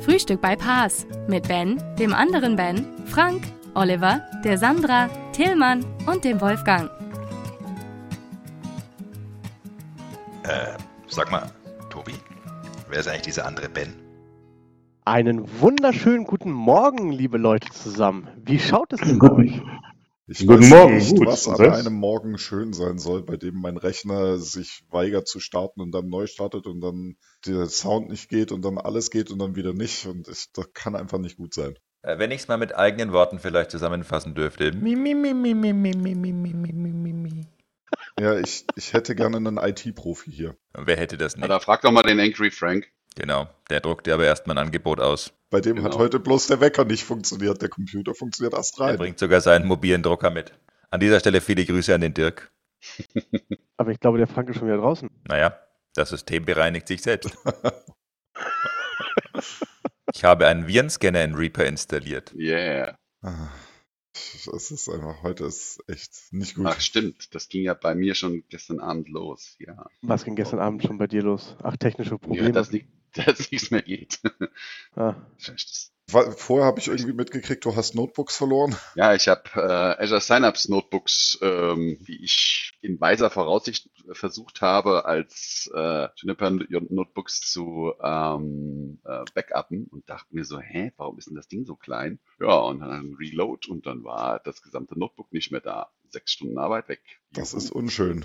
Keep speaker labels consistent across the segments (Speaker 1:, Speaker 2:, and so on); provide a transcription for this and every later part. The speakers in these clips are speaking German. Speaker 1: Frühstück bei Paas mit Ben, dem anderen Ben, Frank, Oliver, der Sandra, Tillmann und dem Wolfgang.
Speaker 2: Äh, sag mal, Tobi, wer ist eigentlich dieser andere Ben?
Speaker 3: Einen wunderschönen guten Morgen, liebe Leute zusammen. Wie schaut es denn bei euch?
Speaker 4: Ich
Speaker 5: Guten Morgen,
Speaker 4: nicht,
Speaker 5: gut,
Speaker 4: was an
Speaker 5: was?
Speaker 4: einem Morgen schön sein soll, bei dem mein Rechner sich weigert zu starten und dann neu startet und dann der Sound nicht geht und dann alles geht und dann wieder nicht. Und ich, das kann einfach nicht gut sein.
Speaker 2: Äh, wenn ich es mal mit eigenen Worten vielleicht zusammenfassen dürfte. Mi, mi, mi, mi, mi, mi, mi, mi, mi, mi, mi, mi, mi.
Speaker 4: Ja, ich, ich hätte gerne einen IT-Profi hier.
Speaker 2: Und wer hätte das
Speaker 6: Na,
Speaker 2: nicht?
Speaker 6: da frag doch mal den Angry Frank.
Speaker 2: Genau, der druckte aber erstmal ein Angebot aus.
Speaker 4: Bei dem hat
Speaker 6: Genau.
Speaker 4: heute bloß der Wecker nicht funktioniert. Der Computer funktioniert
Speaker 2: Er
Speaker 4: astral.
Speaker 2: bringt sogar seinen mobilen Drucker mit. An dieser Stelle viele Grüße an den Dirk.
Speaker 3: Aber ich glaube, der Frank ist schon wieder draußen.
Speaker 2: Naja, das System bereinigt sich selbst. Ich habe einen Virenscanner in Reaper installiert.
Speaker 6: Yeah.
Speaker 4: Ah, Es ist einfach, heute ist echt nicht gut.
Speaker 6: Ach stimmt, das ging ja bei mir schon gestern Abend los. Ja,
Speaker 3: Was ging gestern Abend schon bei dir los? Ach, technische Probleme.
Speaker 6: ja dass, nicht, dass nichts mehr geht.
Speaker 3: ah.
Speaker 6: Vielleicht ist-
Speaker 4: Wa- Vorher habe ich irgendwie mitgekriegt, du hast Notebooks verloren.
Speaker 6: ja, ich habe äh, Azure Synapse Notebooks, ähm, die ich in weiser Voraussicht versucht habe, als äh, Juniper Notebooks zu ähm, äh, backuppen und dachte mir so, hä, warum ist denn das Ding so klein? Ja, und dann Reload und dann war das gesamte Notebook nicht mehr da. Sechs Stunden Arbeit weg.
Speaker 4: Das ist unschön.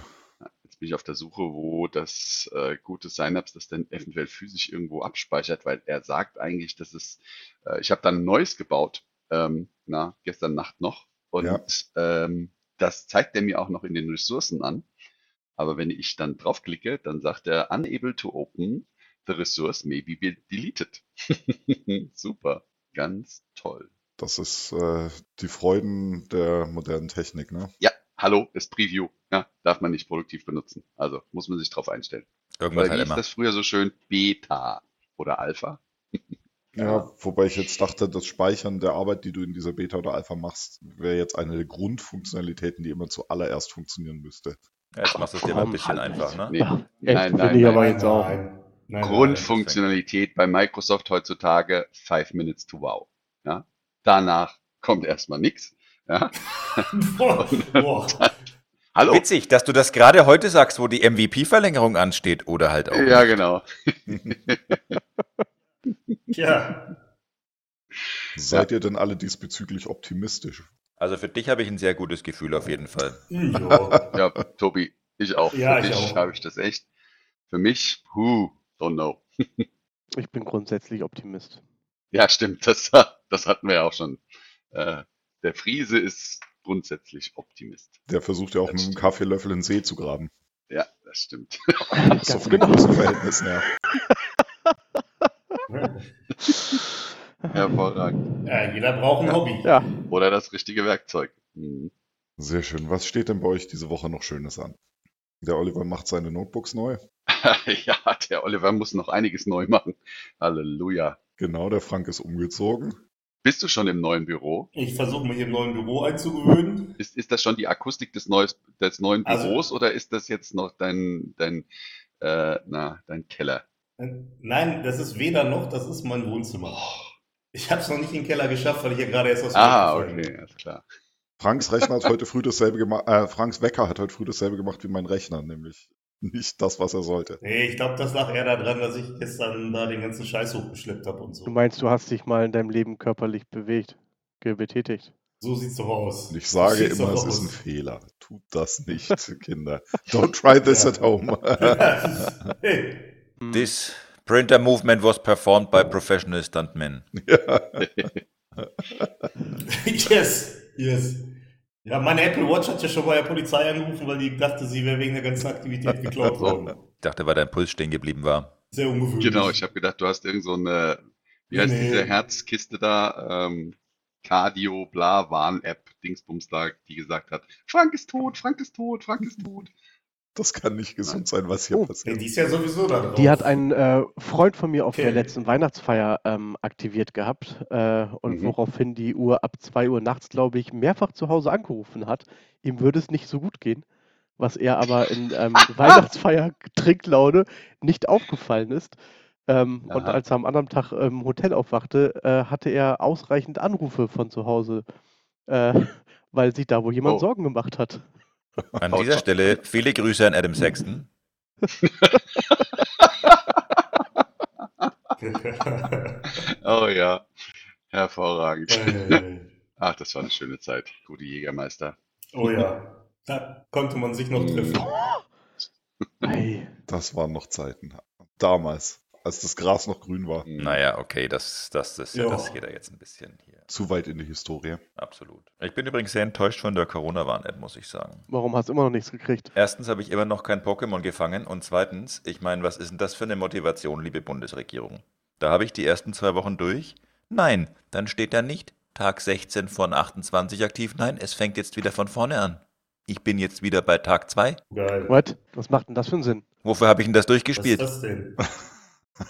Speaker 6: Jetzt bin ich auf der Suche, wo das äh, gute Synapse das dann eventuell physisch irgendwo abspeichert, weil er sagt eigentlich, dass es, äh, ich habe dann ein neues gebaut, ähm, na, gestern Nacht noch. Und
Speaker 4: Ja.
Speaker 6: ähm, das zeigt er mir auch noch in den Ressourcen an. Aber wenn ich dann draufklicke, dann sagt er, unable to open, the resource may be deleted. Super, ganz toll.
Speaker 4: Das ist äh, die Freuden der modernen Technik, ne?
Speaker 6: Ja, hallo, ist Preview. Ja, darf man nicht produktiv benutzen. Also muss man sich drauf einstellen.
Speaker 2: Irgendwas
Speaker 6: Oder
Speaker 2: halt
Speaker 6: wie ist
Speaker 2: immer.
Speaker 6: das früher so schön? Beta oder Alpha?
Speaker 4: Ja. wobei ich jetzt dachte, das Speichern der Arbeit, die du in dieser Beta oder Alpha machst, wäre jetzt eine der Grundfunktionalitäten, die immer zuallererst funktionieren müsste.
Speaker 2: Jetzt machst du es dir mal ein bisschen einfach, ne?
Speaker 6: Nee,
Speaker 3: Ach, echt,
Speaker 6: nein,
Speaker 3: bin
Speaker 6: nein,
Speaker 3: ich
Speaker 6: nein.
Speaker 3: aber jetzt auch.
Speaker 5: Nein, nein,
Speaker 6: Grundfunktionalität bei Microsoft heutzutage Five Minutes to Wow. Ja? Danach kommt erstmal nichts. Ja?
Speaker 5: Boah, boah.
Speaker 6: Hallo?
Speaker 2: Witzig, dass du das gerade heute sagst, wo die MVP-Verlängerung ansteht oder halt auch.
Speaker 6: Ja,
Speaker 2: nicht.
Speaker 6: genau.
Speaker 5: Tja,
Speaker 4: Seid ihr denn alle diesbezüglich optimistisch?
Speaker 2: Also für dich habe ich ein sehr gutes Gefühl auf jeden Fall.
Speaker 5: jo.
Speaker 6: Ja, Tobi, ich auch.
Speaker 5: Ja, ich
Speaker 6: Für dich
Speaker 5: auch.
Speaker 6: habe ich das echt. Für mich, huh, don't know.
Speaker 3: Ich bin grundsätzlich Optimist.
Speaker 6: Ja, stimmt, das, das hatten wir ja auch schon. Äh, der Friese ist grundsätzlich Optimist.
Speaker 4: Der versucht ja auch
Speaker 6: Das
Speaker 4: mit einem
Speaker 6: stimmt.
Speaker 4: Kaffeelöffel in den See zu graben.
Speaker 6: Ja, das stimmt.
Speaker 4: So von den Größenverhältnissen her.
Speaker 6: Hervorragend.
Speaker 5: Ja, jeder braucht ein Hobby.
Speaker 3: Ja,
Speaker 6: Oder das richtige Werkzeug. Mhm.
Speaker 4: Sehr schön. Was steht denn bei euch diese Woche noch Schönes an? Der Oliver macht seine Notebooks neu.
Speaker 6: ja, der Oliver muss noch einiges neu machen. Halleluja.
Speaker 4: Genau, der Frank ist umgezogen.
Speaker 6: Bist du schon im neuen Büro?
Speaker 5: Ich versuche mich im neuen Büro einzugewöhnen.
Speaker 6: Ist, ist das schon die Akustik des, Neues, des neuen
Speaker 5: Also-
Speaker 6: Büros oder ist das jetzt noch dein, dein, äh, na, dein Keller?
Speaker 5: Nein, das ist weder noch, das ist mein Wohnzimmer. Ich habe es noch nicht in den Keller geschafft, weil ich hier gerade erst aus dem
Speaker 6: Ah,
Speaker 5: Bett gefallen bin.
Speaker 6: okay, alles klar.
Speaker 4: Franks Rechner hat heute früh dasselbe gemacht, äh, Franks Wecker hat heute früh dasselbe gemacht wie mein Rechner, nämlich nicht das, was er sollte.
Speaker 5: Nee, ich glaube, das lag eher daran, dass ich gestern da den ganzen Scheiß hochgeschleppt habe und so.
Speaker 3: du meinst, du hast dich mal in deinem Leben körperlich bewegt, ge- betätigt.
Speaker 5: So sieht's doch aus.
Speaker 4: Und ich sage
Speaker 5: Sieht's
Speaker 4: immer,
Speaker 5: doch
Speaker 4: es
Speaker 5: aus.
Speaker 4: ist ein Fehler. Tut das nicht, Kinder. Don't try this
Speaker 5: Ja.
Speaker 4: at home.
Speaker 5: hey,
Speaker 6: Mhm.
Speaker 3: Hm.
Speaker 2: This printer movement was performed by professional stuntmen.
Speaker 4: ja.
Speaker 5: yes, yes. Ja, meine Apple Watch hat ja schon bei der Polizei angerufen, weil die dachte, sie wäre wegen der ganzen Aktivität geklaut worden.
Speaker 2: Ich dachte, weil dein Puls stehen geblieben war.
Speaker 5: Sehr ungewöhnlich.
Speaker 6: Genau, ich habe gedacht, du hast irgend so eine Wie heißt
Speaker 5: Nee.
Speaker 6: diese Herzkiste da? Ähm, Cardio, bla, Warn-App, Dingsbums da, die gesagt hat, Frank ist tot, Frank ist tot, Frank ist tot.
Speaker 4: Das kann nicht gesund sein, was hier
Speaker 3: Oh.
Speaker 5: Ja,
Speaker 4: passiert.
Speaker 5: die ist ja sowieso da drauf.
Speaker 3: Die hat einen äh, Freund von mir auf
Speaker 5: Okay.
Speaker 3: der letzten Weihnachtsfeier ähm, aktiviert gehabt äh, und
Speaker 6: Mhm.
Speaker 3: woraufhin die Uhr ab 2 Uhr nachts, glaube ich, mehrfach zu Hause angerufen hat. Ihm würde es nicht so gut gehen, was er aber in ähm, Weihnachtsfeier-Trinklaune nicht aufgefallen ist. Ähm, und
Speaker 6: Aha.
Speaker 3: als er am anderen Tag im Hotel aufwachte, äh, hatte er ausreichend Anrufe von zu Hause, äh, weil sich da wohl jemand
Speaker 6: Oh.
Speaker 3: Sorgen gemacht hat.
Speaker 2: An dieser Stelle viele Grüße an Adam Sexton.
Speaker 6: Oh ja, hervorragend.
Speaker 5: Äh,
Speaker 6: Ach, das war eine schöne Zeit. Gute Jägermeister.
Speaker 5: oh ja. Da konnte man sich noch treffen.
Speaker 6: Hm.
Speaker 3: Ei.
Speaker 4: Das waren noch Zeiten. Damals, als das Gras noch grün war.
Speaker 5: Mhm.
Speaker 6: Hm.
Speaker 2: Naja, okay, das, das, das,
Speaker 5: Ja.
Speaker 2: das geht ja jetzt ein bisschen hier.
Speaker 4: Zu weit in die Historie.
Speaker 2: Absolut. Ich bin übrigens sehr enttäuscht von der Corona-Warn-App, muss ich sagen.
Speaker 3: Warum hast du immer noch nichts gekriegt?
Speaker 2: Erstens habe ich immer noch kein Pokémon gefangen und zweitens, ich meine, was ist denn das für eine Motivation, liebe Bundesregierung? Da habe ich die ersten zwei Wochen durch. Nein, dann steht da nicht Tag 16 von 28 aktiv. Nein, es fängt jetzt wieder von vorne an. Ich bin jetzt wieder bei Tag 2.
Speaker 5: Geil.
Speaker 3: What? Was macht denn das für einen Sinn?
Speaker 2: Wofür habe ich denn das
Speaker 5: Was ist
Speaker 2: durchgespielt?
Speaker 5: das denn?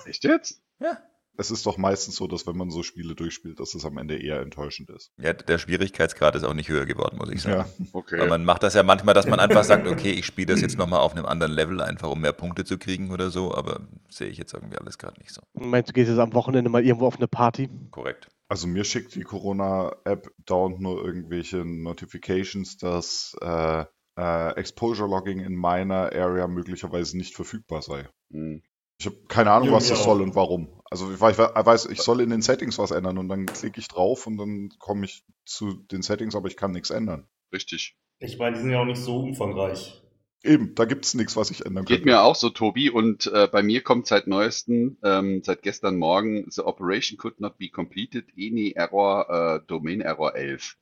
Speaker 6: Echt jetzt?
Speaker 2: Ja.
Speaker 4: Es ist doch meistens so, dass wenn man so Spiele durchspielt, dass es am Ende eher enttäuschend ist.
Speaker 2: ja, der Schwierigkeitsgrad ist auch nicht höher geworden, muss ich sagen.
Speaker 4: Ja,
Speaker 6: Okay.
Speaker 2: Weil man macht das ja manchmal, dass man einfach sagt, okay, ich spiele das jetzt nochmal auf einem anderen Level, einfach um mehr Punkte zu kriegen oder so, aber sehe ich jetzt irgendwie alles gerade nicht so.
Speaker 3: Meinst du, gehst jetzt am Wochenende mal irgendwo auf eine Party?
Speaker 2: Korrekt.
Speaker 4: also mir schickt die Corona-App dauernd nur irgendwelche Notifications, dass äh, äh, Exposure-Logging in meiner Area möglicherweise nicht verfügbar sei.
Speaker 6: Hm.
Speaker 4: Ich habe keine Ahnung,
Speaker 5: Ja,
Speaker 4: was
Speaker 5: mir
Speaker 4: das
Speaker 5: auch.
Speaker 4: soll und warum. Also ich wei- ich weiß, ich soll in den Settings was ändern und dann klicke ich drauf und dann komme ich zu den Settings, aber ich kann nichts ändern.
Speaker 6: Richtig.
Speaker 5: Ich meine, die sind ja auch nicht so umfangreich.
Speaker 4: Eben, da gibt's nichts, was ich ändern
Speaker 6: Geht
Speaker 4: könnte.
Speaker 6: mir auch so, Tobi. Und äh, bei mir kommt seit neuesten, ähm, seit gestern Morgen, the operation could not be completed, any error, äh, domain error 11.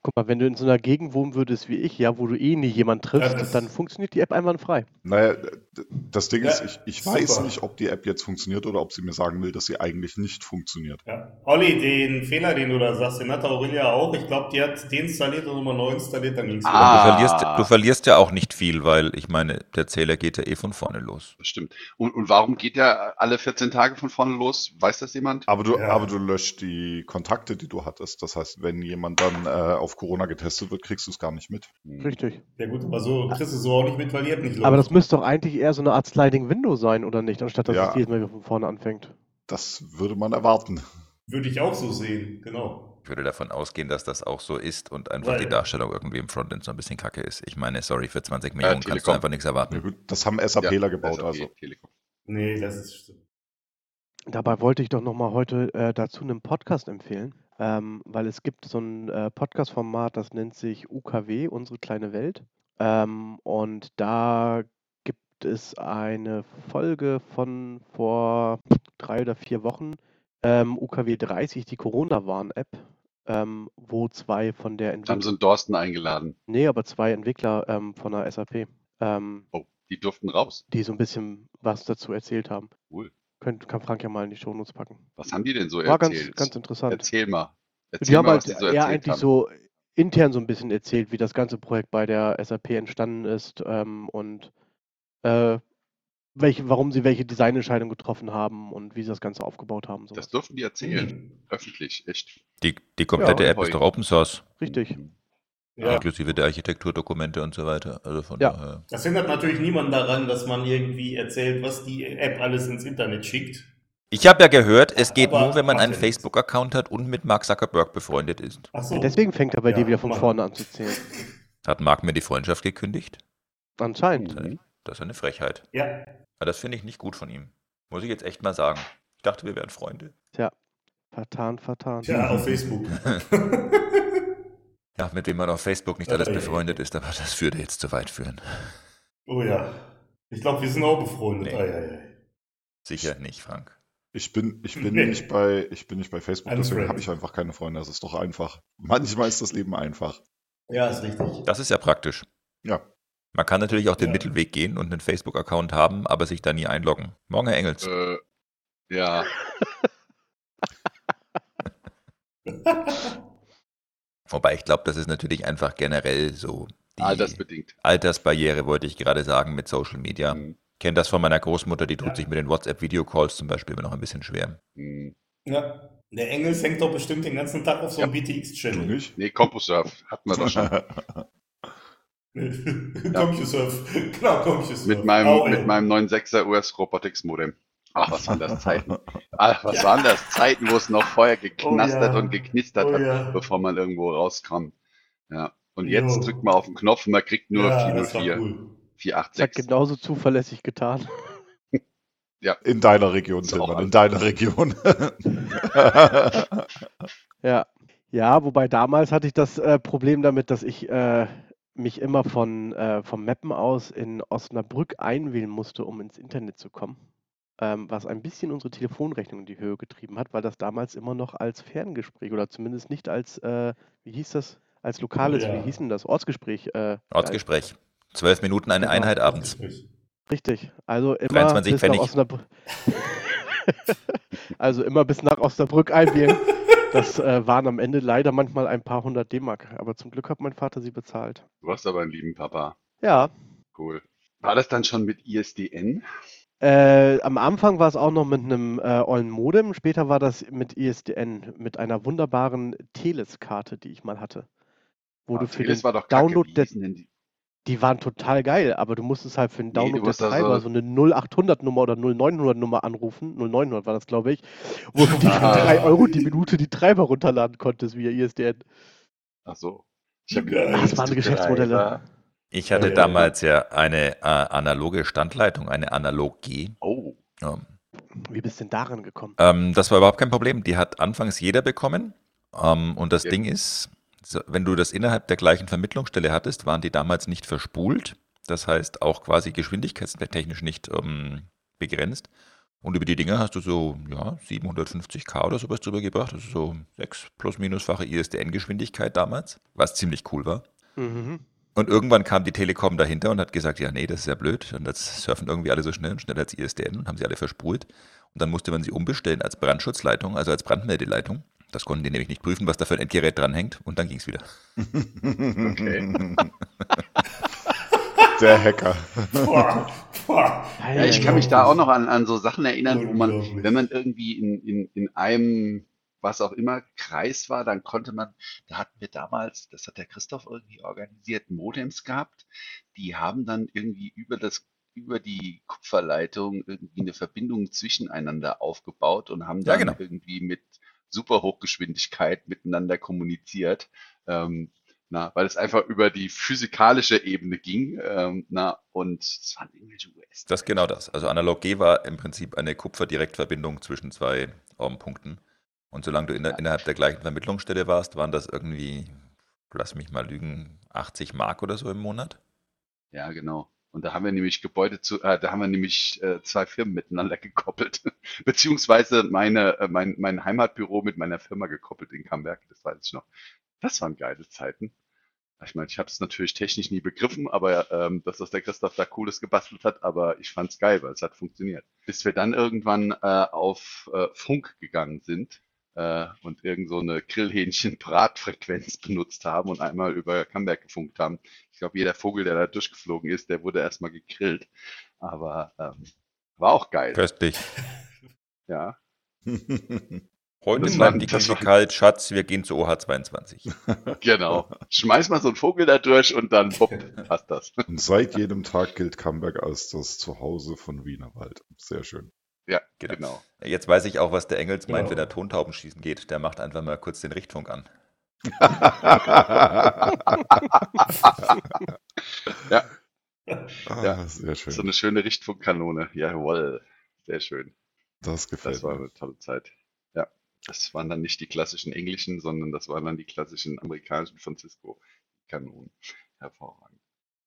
Speaker 3: Guck mal, wenn du in so einer Gegend wohnen würdest wie ich, ja, wo du eh nie jemanden triffst,
Speaker 5: das-
Speaker 3: dann funktioniert die App einwandfrei.
Speaker 4: Naja, d- das Ding
Speaker 5: Ja,
Speaker 4: ist, ich, ich weiß
Speaker 5: super.
Speaker 4: nicht, ob die App jetzt funktioniert oder ob sie mir sagen will, dass sie eigentlich nicht funktioniert.
Speaker 5: Ja. Olli, den Fehler, den du da sagst, den hat Aurelia auch. Ich glaube, die hat den installiert und nochmal neu installiert, dann ging es
Speaker 2: Und
Speaker 6: Ah.
Speaker 2: du, verlierst, du verlierst ja auch nicht viel, weil ich meine, der Zähler geht ja eh von vorne los.
Speaker 6: Das stimmt. Und, und warum geht der alle 14 Tage von vorne los? Weiß das
Speaker 3: Ah,
Speaker 6: jemand?
Speaker 4: Aber du,
Speaker 5: Ja.
Speaker 4: aber du löscht die Kontakte, die du hattest. Das heißt, wenn jemand dann äh, auf Corona getestet wird, kriegst du es gar nicht mit.
Speaker 6: Hm.
Speaker 3: Richtig.
Speaker 5: Ja gut, aber so kriegst du so auch nicht mit, weil die App nicht läuft.
Speaker 3: Aber das müsste doch eigentlich eher so eine Art Sliding Window sein, oder nicht? Anstatt dass
Speaker 4: Ja.
Speaker 3: es jedes Mal wieder von vorne anfängt.
Speaker 4: Das würde man erwarten.
Speaker 5: Würde ich auch so sehen, genau.
Speaker 2: Ich würde davon ausgehen, dass das auch so ist und einfach
Speaker 5: Weil-
Speaker 2: die Darstellung irgendwie im Frontend so ein bisschen kacke ist. Ich meine, sorry, für 20 Millionen kannst du
Speaker 6: Telekom.
Speaker 2: einfach nichts
Speaker 4: Ja,
Speaker 2: erwarten.
Speaker 4: gut, das haben SAPler gebaut,
Speaker 6: SAP,
Speaker 4: also.
Speaker 6: Telekom.
Speaker 5: Nee, das ist
Speaker 3: Dabei wollte ich doch nochmal heute äh, dazu einen Podcast empfehlen, ähm, weil es gibt so ein äh, Podcast-Format, das nennt sich UKW, Unsere kleine Welt. Ähm, und da gibt es eine Folge von vor drei oder vier Wochen, ähm, UKW 30, die Corona-Warn-App, ähm, wo zwei von der
Speaker 6: Da haben sie
Speaker 3: Entwickler,
Speaker 6: einen Dorsten eingeladen.
Speaker 3: nee, aber zwei Entwickler ähm, von der SAP, ähm,
Speaker 6: Oh, die durften raus.
Speaker 3: die so ein bisschen was dazu erzählt haben.
Speaker 6: Cool.
Speaker 3: Könnt, kann Frank ja mal in die Shownotes packen.
Speaker 6: Was haben die denn so
Speaker 3: War ganz,
Speaker 6: erzählt?
Speaker 3: ganz interessant.
Speaker 6: Erzähl mal. Erzähl
Speaker 3: die haben
Speaker 6: mal,
Speaker 3: halt
Speaker 6: was die
Speaker 3: eher
Speaker 6: so erzählt
Speaker 3: eigentlich
Speaker 6: haben.
Speaker 3: so intern so ein bisschen erzählt, wie das ganze Projekt bei der SAP entstanden ist ähm, und äh, welche, warum sie welche Designentscheidung getroffen haben und wie sie das Ganze aufgebaut haben.
Speaker 6: Das
Speaker 3: Sowas.
Speaker 6: durften die erzählen.
Speaker 5: Hm.
Speaker 6: Öffentlich, echt.
Speaker 2: Die, die komplette
Speaker 6: Ja,
Speaker 2: App ist
Speaker 6: heu.
Speaker 2: doch Open Source,
Speaker 3: Richtig.
Speaker 6: Hm.
Speaker 3: Ah.
Speaker 5: Ja.
Speaker 2: inklusive der Architekturdokumente und so weiter. Also von
Speaker 3: Ja.
Speaker 2: daher.
Speaker 5: Das hindert natürlich niemanden daran, dass man irgendwie erzählt, was die App alles ins Internet schickt.
Speaker 2: Ich habe ja gehört, es geht
Speaker 5: Aber
Speaker 2: nur, wenn man
Speaker 5: macht
Speaker 2: einen
Speaker 5: ja nichts.
Speaker 2: Facebook-Account hat und mit Mark Zuckerberg befreundet ist.
Speaker 5: Ach so.
Speaker 3: Ja, deswegen fängt er bei
Speaker 5: Ja,
Speaker 3: dir wieder von
Speaker 5: Mann.
Speaker 3: vorne an zu zählen.
Speaker 2: Hat Mark mir die Freundschaft gekündigt?
Speaker 3: Anscheinend.
Speaker 6: Mhm.
Speaker 2: Das ist eine Frechheit.
Speaker 5: Ja,
Speaker 2: Aber das finde ich nicht gut von ihm. Muss ich jetzt echt mal sagen. Ich dachte, wir wären Freunde.
Speaker 3: Vertan, vertan.
Speaker 5: tja, auf Facebook.
Speaker 2: Ja, mit wem man auf Facebook nicht alles
Speaker 5: Ey.
Speaker 2: befreundet ist, aber das würde jetzt zu weit führen.
Speaker 5: oh ja. Ich glaube, wir sind auch befreundet.
Speaker 2: Nee.
Speaker 5: Ei, ei, ei.
Speaker 2: Sicher nicht, Frank.
Speaker 4: Ich bin, ich bin
Speaker 5: Nee.
Speaker 4: nicht bei, ich bin nicht bei Facebook, deswegen
Speaker 5: Unfriend.
Speaker 4: habe ich einfach keine Freunde. Das ist doch einfach. Manchmal ist das Leben einfach.
Speaker 5: Ja, ist richtig.
Speaker 2: Das ist ja praktisch.
Speaker 4: Ja.
Speaker 2: Man kann natürlich auch den
Speaker 5: Ja.
Speaker 2: Mittelweg gehen und einen
Speaker 5: Äh.
Speaker 2: Facebook-Account haben, aber sich da nie einloggen. Morgen, Herr Engels.
Speaker 6: Äh, ja.
Speaker 2: Wobei ich glaube, das ist natürlich einfach generell so die
Speaker 6: Altersbedingt.
Speaker 2: Altersbarriere, wollte ich gerade sagen, mit Social Media.
Speaker 6: Mhm.
Speaker 2: Kenne das von meiner Großmutter, die tut
Speaker 5: Ja.
Speaker 2: sich mit den WhatsApp-Video-Calls zum Beispiel immer noch ein bisschen schwer.
Speaker 6: Mhm.
Speaker 5: Ja. Der Engel hängt doch bestimmt den ganzen Tag auf so einem
Speaker 4: Du
Speaker 5: BTX-Channel.
Speaker 4: nicht?
Speaker 6: Nee, CompuServe hatten wir doch schon.
Speaker 5: CompuServe. Genau, CompuServe.
Speaker 6: Mit meinem,
Speaker 5: Au, ey.
Speaker 6: mit meinem 9.6er US Robotics Modem. Ach, was waren das Zeiten? Ach, was waren das Zeiten, wo es noch vorher geknastert
Speaker 5: Oh ja.
Speaker 6: und geknistert
Speaker 5: Oh
Speaker 6: hat,
Speaker 5: ja.
Speaker 6: bevor man irgendwo rauskam. Ja. Und
Speaker 5: Jo.
Speaker 6: jetzt drückt man auf den Knopf und man kriegt nur
Speaker 5: ja, das war
Speaker 6: 404,
Speaker 5: cool.
Speaker 3: 6. Hat
Speaker 6: 486.
Speaker 3: genauso zuverlässig getan.
Speaker 4: In deiner Region,
Speaker 6: Ist auch
Speaker 4: Tilman, in
Speaker 6: alles.
Speaker 4: deiner Region.
Speaker 3: Ja. Ja, wobei damals hatte ich das äh, Problem damit, dass ich äh, mich immer von äh, vom Mappen aus in Osnabrück einwählen musste, um ins Internet zu kommen. Ähm, was ein bisschen unsere Telefonrechnung in die Höhe getrieben hat, weil das damals immer noch als Ferngespräch oder zumindest nicht als, äh, wie hieß das, als lokales,
Speaker 5: ja.
Speaker 3: wie hieß denn das, Ortsgespräch. Äh, galt.
Speaker 2: Ortsgespräch. Zwölf Minuten eine
Speaker 3: Genau.
Speaker 2: Einheit abends.
Speaker 3: Richtig. Also immer
Speaker 2: 23
Speaker 3: bis nach
Speaker 2: Pfennig.
Speaker 3: Osnabrück. also immer bis nach Osnabrück einwählen. Das äh, waren am Ende leider manchmal ein paar hundert D-Mark. Aber zum Glück hat mein Vater sie bezahlt.
Speaker 6: Du hast aber einen lieben Papa.
Speaker 3: Ja.
Speaker 6: Cool. War das dann schon mit ISDN?
Speaker 3: Äh, am Anfang war es auch noch mit einem äh, ollen Modem. Später war das mit ISDN, mit einer wunderbaren Teles-Karte, die ich mal hatte. Wo du für
Speaker 6: das
Speaker 3: den
Speaker 6: war doch
Speaker 3: Download
Speaker 6: kacke. Wie
Speaker 3: der,
Speaker 6: hießen denn die?
Speaker 3: die waren total geil, aber du musstest halt für den
Speaker 6: Nee, du
Speaker 3: Download des
Speaker 6: musst da so-
Speaker 3: Treibers so eine 0800 Nummer oder 0900 Nummer anrufen. 0900 war das, glaube ich, wo du dir für
Speaker 6: Ah.
Speaker 3: 3 Euro die Minute die Treiber runterladen konntest via ISDN.
Speaker 6: Ach so. Ich hab
Speaker 5: Geil.
Speaker 3: Das waren Geschäftsmodelle.
Speaker 2: Ich hatte
Speaker 5: Ja, ja,
Speaker 2: damals ja eine äh, analoge Standleitung, eine Analog-G.
Speaker 6: Oh,
Speaker 2: Ja.
Speaker 3: Wie bist du denn daran gekommen?
Speaker 2: Ähm, das war überhaupt kein Problem. Die hat anfangs jeder bekommen. Ähm, und das
Speaker 6: Okay.
Speaker 2: Ding ist, so, wenn du das innerhalb der gleichen Vermittlungsstelle hattest, waren die damals nicht verspult. Das heißt auch quasi geschwindigkeitstechnisch nicht ähm, begrenzt. Und über die Dinger hast du so ja, 750k oder sowas drüber gebracht. Das ist so 6 plus minusfache ISDN-Geschwindigkeit damals, was ziemlich cool war.
Speaker 3: Mhm.
Speaker 2: Und irgendwann kam die Telekom dahinter und hat gesagt, ja, nee, das ist ja blöd. Und jetzt surfen irgendwie alle so schnell und schneller als ISDN und haben sie alle verspult. Und dann musste man sie umbestellen als Brandschutzleitung, also als Brandmeldeleitung. Das konnten die nämlich nicht prüfen, was da für ein Endgerät dranhängt. Und dann ging es wieder.
Speaker 4: Der Hacker.
Speaker 5: Boah, boah.
Speaker 6: Ja, ich kann mich da auch noch an, an so Sachen erinnern, wo man,
Speaker 5: Unglaublich.
Speaker 6: wenn man irgendwie in, in, in einem, was auch immer, Kreis war, dann konnte man, da hatten wir damals, das hat der Christoph irgendwie organisiert, Modems gehabt, die haben dann irgendwie über das, über die Kupferleitung irgendwie eine Verbindung zwischeneinander aufgebaut und haben
Speaker 2: Ja,
Speaker 6: dann
Speaker 2: genau.
Speaker 6: irgendwie mit super Hochgeschwindigkeit miteinander kommuniziert. Ähm, na, weil es einfach über die physikalische Ebene ging. Ähm, na, und es waren irgendwelche US.
Speaker 2: Das ist genau das. Also Analog G war im Prinzip eine Kupferdirektverbindung zwischen zwei ähm, Punkten. Und solange du in, innerhalb der gleichen Vermittlungsstelle warst, waren das irgendwie, lass mich mal lügen, 80 Mark oder so im Monat.
Speaker 6: Ja, genau. Und da haben wir nämlich Gebäude zu, äh, da haben wir nämlich äh, zwei Firmen miteinander gekoppelt. Beziehungsweise meine, äh, mein, mein Heimatbüro mit meiner Firma gekoppelt in Camberg, das weiß ich noch. Das waren geile Zeiten. Ich meine, ich habe es natürlich technisch nie begriffen, aber ähm, dass das der Christoph da Cooles gebastelt hat, aber ich fand's geil, weil es hat funktioniert. Bis wir dann irgendwann äh, auf äh, Funk gegangen sind äh, und irgend so eine Grillhähnchen-Bratfrequenz benutzt haben und einmal über Camberg gefunkt haben. Ich glaube, jeder Vogel, der da durchgeflogen ist, der wurde erstmal gegrillt. Aber ähm, war auch geil.
Speaker 2: Köstlich.
Speaker 6: Ja.
Speaker 2: Heute
Speaker 6: Das war-
Speaker 2: bleibt die
Speaker 6: das
Speaker 2: Küche
Speaker 6: war-
Speaker 2: kalt, Schatz, wir gehen zu OH22.
Speaker 6: Genau. Schmeiß mal so einen Vogel da durch und dann bupp, passt das.
Speaker 4: Und seit jedem Tag gilt Camberg als das Zuhause von Wienerwald. Sehr schön.
Speaker 6: Ja,
Speaker 2: Genau.
Speaker 6: genau.
Speaker 2: Jetzt weiß ich auch, was der Engels meint,
Speaker 5: Genau.
Speaker 2: wenn er Tontauben schießen geht. Der macht einfach mal kurz den Richtfunk an.
Speaker 4: ja.
Speaker 6: Ja.
Speaker 4: Ah, Sehr schön.
Speaker 6: So eine schöne Richtfunkkanone. Jawohl. Sehr schön.
Speaker 4: das gefällt
Speaker 6: Das war
Speaker 4: mir.
Speaker 6: eine tolle Zeit. Ja. Das waren dann nicht die klassischen englischen, sondern das waren dann die klassischen amerikanischen Francisco-Kanonen. Hervorragend.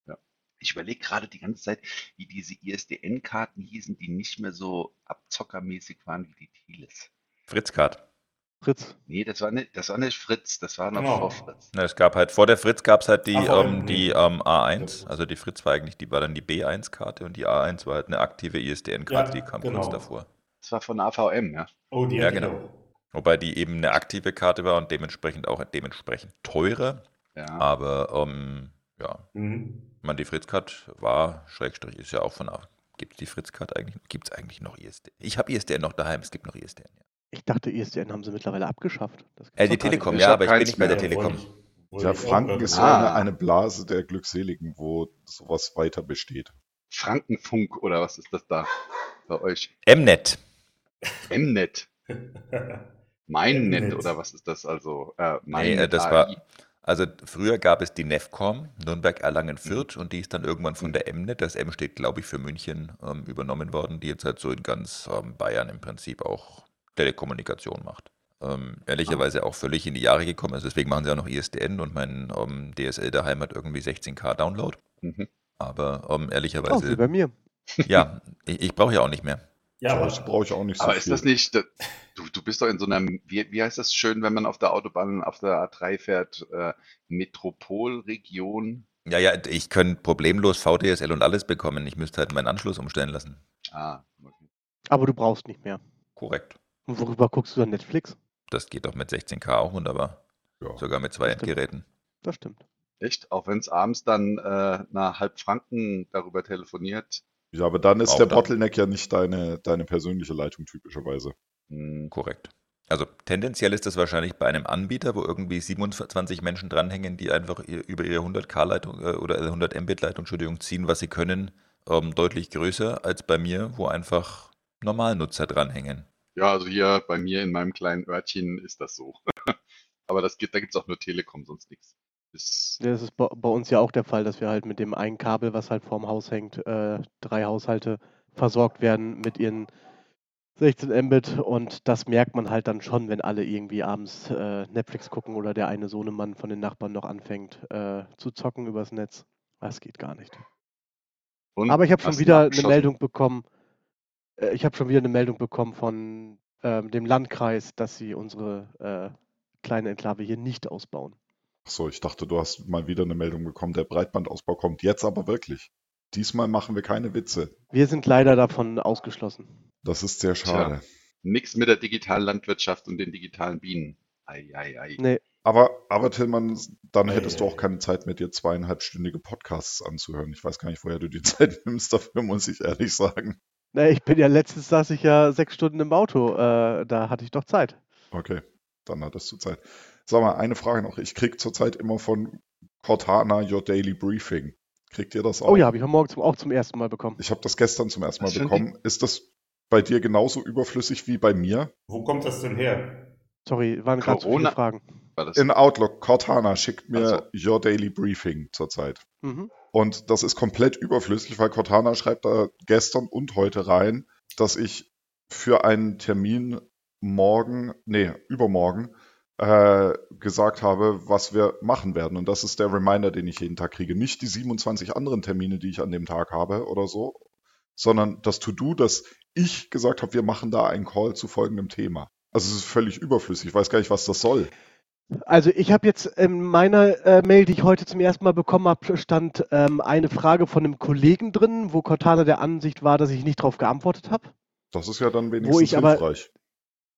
Speaker 6: Ja. Ich überlege gerade die ganze Zeit, wie diese ISDN-Karten hießen, die nicht mehr so abzockermäßig waren wie die Teles.
Speaker 2: Fritzkart.
Speaker 3: Fritz.
Speaker 6: Nee, das war nicht, das war nicht Fritz, das war noch
Speaker 5: Genau.
Speaker 6: vor Fritz.
Speaker 2: Na, es gab halt, vor der Fritz gab es halt die,
Speaker 5: Ach, vor
Speaker 2: ähm,
Speaker 5: dem-
Speaker 2: die ähm, A1. Also die Fritz war eigentlich, die war dann die B1-Karte und die A1 war halt eine aktive ISDN-Karte,
Speaker 5: Ja,
Speaker 2: die kam
Speaker 5: genau.
Speaker 2: kurz davor.
Speaker 6: Das war von AVM, ja.
Speaker 5: Oh, die
Speaker 2: Ja,
Speaker 5: hatte ich
Speaker 2: genau.
Speaker 5: auch.
Speaker 2: Wobei die eben eine aktive Karte war und dementsprechend auch dementsprechend teurer.
Speaker 6: Ja.
Speaker 2: Aber ähm, ja,
Speaker 5: Mhm.
Speaker 2: ich meine, die Fritzcard war, Schrägstrich ist ja auch von Gibt es die Fritzcard eigentlich? Gibt es eigentlich noch E ISDN? Ich habe ISDN noch daheim, es gibt noch E ISDN. Ja.
Speaker 3: Ich dachte, E ISDN haben sie mittlerweile abgeschafft. Das gibt's
Speaker 2: Äh, die
Speaker 3: doch gar nicht
Speaker 2: Telekom,
Speaker 3: mehr.
Speaker 6: Ich
Speaker 2: ja,
Speaker 6: hab
Speaker 2: aber ich bin
Speaker 6: keins
Speaker 2: nicht bei der
Speaker 5: Ja,
Speaker 2: Telekom.
Speaker 5: wollte ich- wollte
Speaker 4: Ja,
Speaker 5: ich auch
Speaker 4: Franken
Speaker 5: gerade
Speaker 4: ist
Speaker 5: sagen.
Speaker 6: Ah.
Speaker 4: eine, eine Blase der Glückseligen, wo sowas weiter besteht.
Speaker 6: Frankenfunk oder was ist das da bei euch?
Speaker 2: Mnet.
Speaker 6: Mnet, MeinNet
Speaker 5: Mnet.
Speaker 6: oder was ist das also? Äh,
Speaker 2: Nee, äh,
Speaker 6: MeinNet
Speaker 2: das
Speaker 6: AI.
Speaker 2: war, also früher gab es die NEFCOM, Nürnberg, Erlangen, Fürth, und die ist dann irgendwann
Speaker 3: Mhm.
Speaker 2: von der MNET, das M steht, glaube ich, für München, ähm, übernommen worden, die jetzt halt so in ganz ähm, Bayern im Prinzip auch Telekommunikation macht. Ähm, ehrlicherweise auch völlig in die Jahre gekommen ist, deswegen machen sie auch noch ISDN und mein ähm, DSL daheim hat irgendwie 16K Download,
Speaker 6: Mhm.
Speaker 2: aber ähm,
Speaker 3: Oh, wie
Speaker 6: also-
Speaker 2: ehrlicherweise,
Speaker 3: bei mir.
Speaker 2: ja, ich, ich brauche ja auch nicht mehr.
Speaker 5: Ja,
Speaker 4: aber
Speaker 5: aber
Speaker 4: das brauche ich auch nicht so
Speaker 6: Aber
Speaker 4: viel.
Speaker 6: ist das nicht, da- du, du bist doch in so einer, wie, wie heißt das schön, wenn man auf der Autobahn, auf der A3 fährt, äh, Metropolregion?
Speaker 2: Ja, ja, ich könnte problemlos VDSL und alles bekommen, ich müsste halt meinen Anschluss umstellen lassen.
Speaker 6: Ah, okay.
Speaker 3: Aber du brauchst nicht mehr.
Speaker 2: Korrekt.
Speaker 3: Und worüber guckst du dann Netflix?
Speaker 2: Das geht doch mit 16K auch wunderbar.
Speaker 4: Ja.
Speaker 2: Sogar mit zwei
Speaker 3: Das stimmt.
Speaker 2: Endgeräten.
Speaker 3: Das stimmt.
Speaker 6: Echt? Auch wenn es abends dann äh, nach Halbfranken darüber telefoniert.
Speaker 4: ja, aber dann ist
Speaker 2: Auch
Speaker 4: der
Speaker 2: dann.
Speaker 4: Bottleneck ja nicht deine, deine persönliche Leitung typischerweise.
Speaker 6: Hm,
Speaker 2: Korrekt. Also tendenziell ist das wahrscheinlich bei einem Anbieter, wo irgendwie 27 Menschen dranhängen, die einfach ihr- über ihre 100K-Leitung äh, oder 100 Mbit-Leitung, Entschuldigung, ziehen, was sie können, ähm, deutlich größer als bei mir, wo einfach Normalnutzer dranhängen.
Speaker 6: Ja, also hier bei mir in meinem kleinen Örtchen ist das so. Aber das gibt, da gibt es auch nur Telekom, sonst nichts. Ist,
Speaker 3: Ja, Das ist bei, bei uns ja auch der Fall, dass wir halt mit dem einen Kabel, was halt vorm Haus hängt, äh, drei Haushalte versorgt werden mit ihren 16 Mbit und das merkt man halt dann schon, wenn alle irgendwie abends äh, Netflix gucken oder der eine Sohnemann von den Nachbarn noch anfängt äh, zu zocken übers Netz. Das geht gar nicht.
Speaker 6: Und
Speaker 3: Aber ich habe schon
Speaker 6: hast ihn
Speaker 3: wieder eine
Speaker 6: abgeschossen.
Speaker 3: Meldung bekommen. Äh, ich habe schon wieder eine Meldung bekommen von ähm, dem Landkreis, dass sie unsere äh, kleine Enklave hier nicht ausbauen.
Speaker 4: Achso, ich dachte, du hast mal wieder eine Meldung bekommen, der Breitbandausbau kommt jetzt aber wirklich. Diesmal machen wir keine Witze.
Speaker 3: Wir sind leider davon ausgeschlossen.
Speaker 4: Das ist sehr schade.
Speaker 6: Nix mit der digitalen Landwirtschaft und den digitalen Bienen. Ei, ei, ei.
Speaker 3: Nee,
Speaker 4: Aber, aber Tillmann, dann
Speaker 5: Ei,
Speaker 4: hättest
Speaker 5: ei,
Speaker 4: du auch
Speaker 5: ei.
Speaker 4: keine Zeit mehr, dir zweieinhalbstündige Podcasts anzuhören. Ich weiß gar nicht, woher du die Zeit nimmst, dafür muss ich ehrlich sagen.
Speaker 3: Na, ich bin ja letztens saß ich ja sechs Stunden im Auto. Äh, da hatte ich doch Zeit.
Speaker 4: Okay, dann hattest du Zeit. Sag mal, eine Frage noch. Ich krieg zurzeit immer von Cortana Your Daily Briefing. Kriegt ihr das auch?
Speaker 3: Oh ja, habe ich heute Morgen zum, auch zum ersten Mal bekommen.
Speaker 4: Ich habe das gestern zum ersten Mal
Speaker 6: Was für ein
Speaker 4: bekommen. Ist das bei dir genauso überflüssig wie bei mir?
Speaker 5: Wo kommt das denn her?
Speaker 3: Sorry, waren gerade zu viele
Speaker 6: Corona-
Speaker 3: Fragen.
Speaker 6: War das
Speaker 4: In Outlook, Cortana schickt mir
Speaker 6: Ach
Speaker 4: Your Daily Briefing zurzeit.
Speaker 3: Mhm.
Speaker 4: Und das ist komplett überflüssig, weil Cortana schreibt da gestern und heute rein, dass ich für einen Termin morgen, nee, übermorgen, äh, gesagt habe, was wir machen werden. Und das ist der Reminder, den ich jeden Tag kriege. Nicht die 27 anderen Termine, die ich an dem Tag habe oder so, sondern das To-Do, dass ich gesagt habe, wir machen da einen Call zu folgendem Thema. Also es ist völlig überflüssig. Ich weiß gar nicht, was das soll.
Speaker 3: Also ich habe jetzt in meiner äh, Mail, die ich heute zum ersten Mal bekommen habe, stand ähm, eine Frage von einem Kollegen drin, wo Cortana der Ansicht war, dass ich nicht darauf geantwortet habe.
Speaker 4: Das ist ja dann wenigstens
Speaker 3: ich aber-
Speaker 4: hilfreich.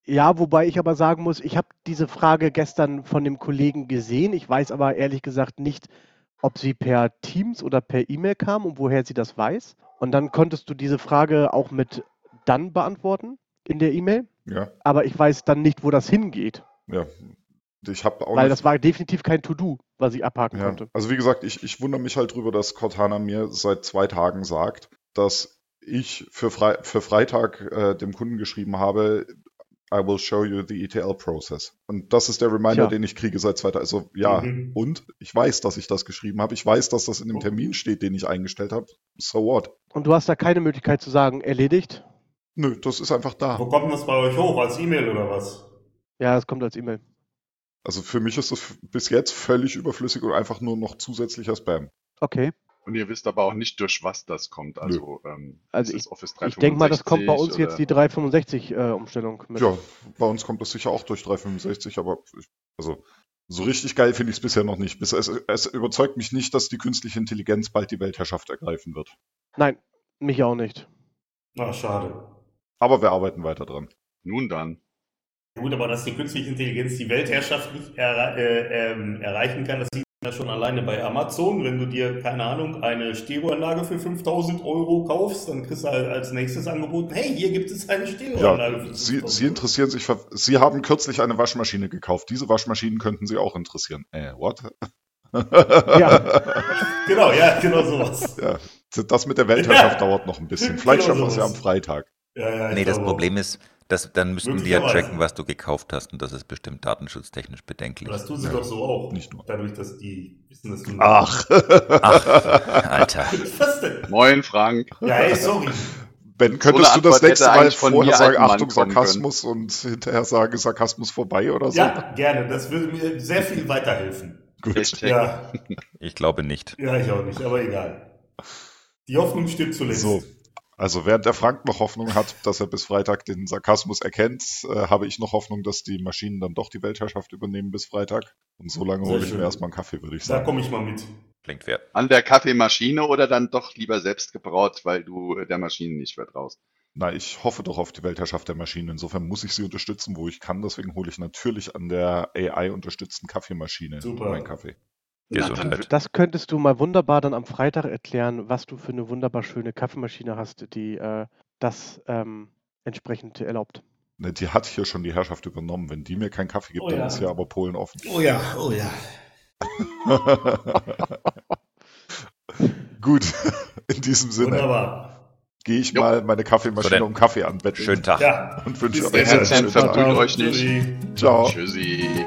Speaker 3: Ja, wobei ich aber sagen muss, ich habe diese Frage gestern von dem Kollegen gesehen. Ich weiß aber ehrlich gesagt nicht, ob sie per Teams oder per E-Mail kam und woher sie das weiß. Und dann konntest du diese Frage auch mit dann beantworten in der E-Mail.
Speaker 4: Ja,
Speaker 3: Aber ich weiß dann nicht, wo das hingeht,
Speaker 4: ja. Ich habe auch
Speaker 3: weil
Speaker 4: nicht-
Speaker 3: das war definitiv kein To-Do, was ich abhaken
Speaker 4: Ja,
Speaker 3: konnte.
Speaker 4: also wie gesagt, ich, ich wundere mich halt drüber, dass Cortana mir seit zwei Tagen sagt, dass ich für, Fre für Freitag äh, dem Kunden geschrieben habe, I will show you the ETL process. Und das ist der Reminder,
Speaker 3: Tja.
Speaker 4: den ich kriege seit zwei Tagen. Also ja,
Speaker 5: Mhm.
Speaker 4: und ich weiß, dass ich das geschrieben habe. Ich weiß, dass das in dem
Speaker 5: Oh.
Speaker 4: Termin steht, den ich eingestellt habe. So what?
Speaker 3: Und du hast da keine Möglichkeit zu sagen, erledigt.
Speaker 4: Nö, das ist einfach da.
Speaker 5: Wo kommt das bei euch hoch? Als E-Mail oder was?
Speaker 3: Ja, das kommt als E-Mail.
Speaker 4: Also für mich ist das f- bis jetzt völlig überflüssig und einfach nur noch zusätzlicher Spam.
Speaker 3: Okay.
Speaker 6: Und ihr wisst aber auch nicht, durch was das kommt. Also, ähm,
Speaker 3: Also
Speaker 6: ist es Office
Speaker 3: Ich denke mal, das kommt bei uns
Speaker 6: 365
Speaker 3: jetzt die 365-Umstellung mit.
Speaker 4: Ja, bei uns kommt das sicher auch durch 365, aber ich, also so richtig geil finde ich es bisher noch nicht. Bis- Es, es überzeugt mich nicht, dass die künstliche Intelligenz bald die Weltherrschaft ergreifen wird.
Speaker 3: Nein, mich auch nicht.
Speaker 5: Ach, schade.
Speaker 4: Aber wir arbeiten weiter dran.
Speaker 6: Nun dann.
Speaker 5: Ja gut, aber dass die künstliche Intelligenz die Weltherrschaft nicht erre äh, ähm, erreichen kann, das sieht man ja schon alleine bei Amazon. Wenn du dir, keine Ahnung, eine Stereoanlage für 5000 Euro kaufst, dann kriegst du halt als nächstes angeboten, hey, hier gibt es eine Stereoanlage
Speaker 4: Ja,
Speaker 5: für
Speaker 4: Sie,
Speaker 5: 5000
Speaker 4: Sie interessieren sich. ver- Sie haben kürzlich eine Waschmaschine gekauft. Diese Waschmaschinen könnten Sie auch interessieren. Äh, what?
Speaker 3: Ja.
Speaker 5: Genau, ja, genau sowas.
Speaker 4: Das mit der Weltherrschaft dauert noch ein bisschen. Vielleicht
Speaker 5: Genau
Speaker 4: schaffen wir es ja
Speaker 5: sowas.
Speaker 4: am Freitag.
Speaker 5: Ja, ja, ich
Speaker 2: Nee, das
Speaker 5: glaube auch.
Speaker 2: Problem ist, dass, dann müssten die ja
Speaker 5: Möglicherweise.
Speaker 2: tracken, was du gekauft hast. Und das ist bestimmt datenschutztechnisch bedenklich.
Speaker 5: Das tun sie doch so auch.
Speaker 4: Nicht nur. Ah.
Speaker 5: Dadurch, dass die wissen, dass du.
Speaker 4: Ach.
Speaker 2: Ach, Alter.
Speaker 5: Was denn?
Speaker 6: Moin, Frank.
Speaker 5: Ja, ey, sorry.
Speaker 4: Ben, könntest
Speaker 6: eine
Speaker 4: du das
Speaker 6: Antwort
Speaker 4: nächste
Speaker 6: hätte
Speaker 4: Mal
Speaker 6: eigentlich von
Speaker 4: vorher
Speaker 6: mir
Speaker 4: sagen,
Speaker 6: einem Mann
Speaker 4: Achtung,
Speaker 6: kommen
Speaker 4: Sarkasmus und hinterher sagen, Sarkasmus vorbei oder so?
Speaker 5: Ja, gerne. Das würde mir sehr viel weiterhelfen.
Speaker 6: Ich
Speaker 4: Gut.
Speaker 6: check.
Speaker 5: Ja,
Speaker 2: Ich glaube nicht.
Speaker 5: ja, ich auch nicht, aber egal. Die Hoffnung stirbt zuletzt.
Speaker 4: So. Also während der Frank noch Hoffnung hat, dass er bis Freitag den Sarkasmus erkennt, äh, habe ich noch Hoffnung, dass die Maschinen dann doch die Weltherrschaft übernehmen bis Freitag. Und so lange
Speaker 5: Sehr
Speaker 4: hole ich
Speaker 5: schön.
Speaker 4: mir erstmal einen Kaffee, würde ich
Speaker 5: Da
Speaker 4: sagen.
Speaker 5: komme ich mal mit.
Speaker 2: Klingt fair.
Speaker 6: An der Kaffeemaschine oder dann doch lieber selbst gebraut, weil du äh, der Maschine nicht vertraust.
Speaker 4: Na, ich hoffe doch auf die Weltherrschaft der Maschinen. Insofern muss ich sie unterstützen, wo ich kann. Deswegen hole ich natürlich an der AI-unterstützten Kaffeemaschine
Speaker 5: Super.
Speaker 4: meinen Kaffee.
Speaker 2: Gesundheit.
Speaker 3: Das könntest du mal wunderbar dann am Freitag erklären, was du für eine wunderbar schöne Kaffeemaschine hast, die äh, das ähm, entsprechend erlaubt.
Speaker 4: Ne, Die hat hier schon die Herrschaft übernommen. Wenn die mir keinen Kaffee gibt,
Speaker 5: Oh
Speaker 4: dann
Speaker 5: ja.
Speaker 4: ist ja aber Polen offen.
Speaker 5: Oh ja, oh ja.
Speaker 4: Gut, in diesem Sinne
Speaker 5: Wunderbar.
Speaker 4: gehe ich
Speaker 6: Jo.
Speaker 4: mal meine Kaffeemaschine
Speaker 2: So, dann-
Speaker 4: um Kaffee anbetteln
Speaker 2: Schönen Tag.
Speaker 5: Ja.
Speaker 4: und wünsche
Speaker 5: Bis
Speaker 4: euch
Speaker 5: dann.
Speaker 4: einen schönen
Speaker 6: Dezent
Speaker 4: Tag.
Speaker 6: verbrüht euch nicht.
Speaker 5: Tschüssi.
Speaker 4: Ciao.
Speaker 6: Tschüssi.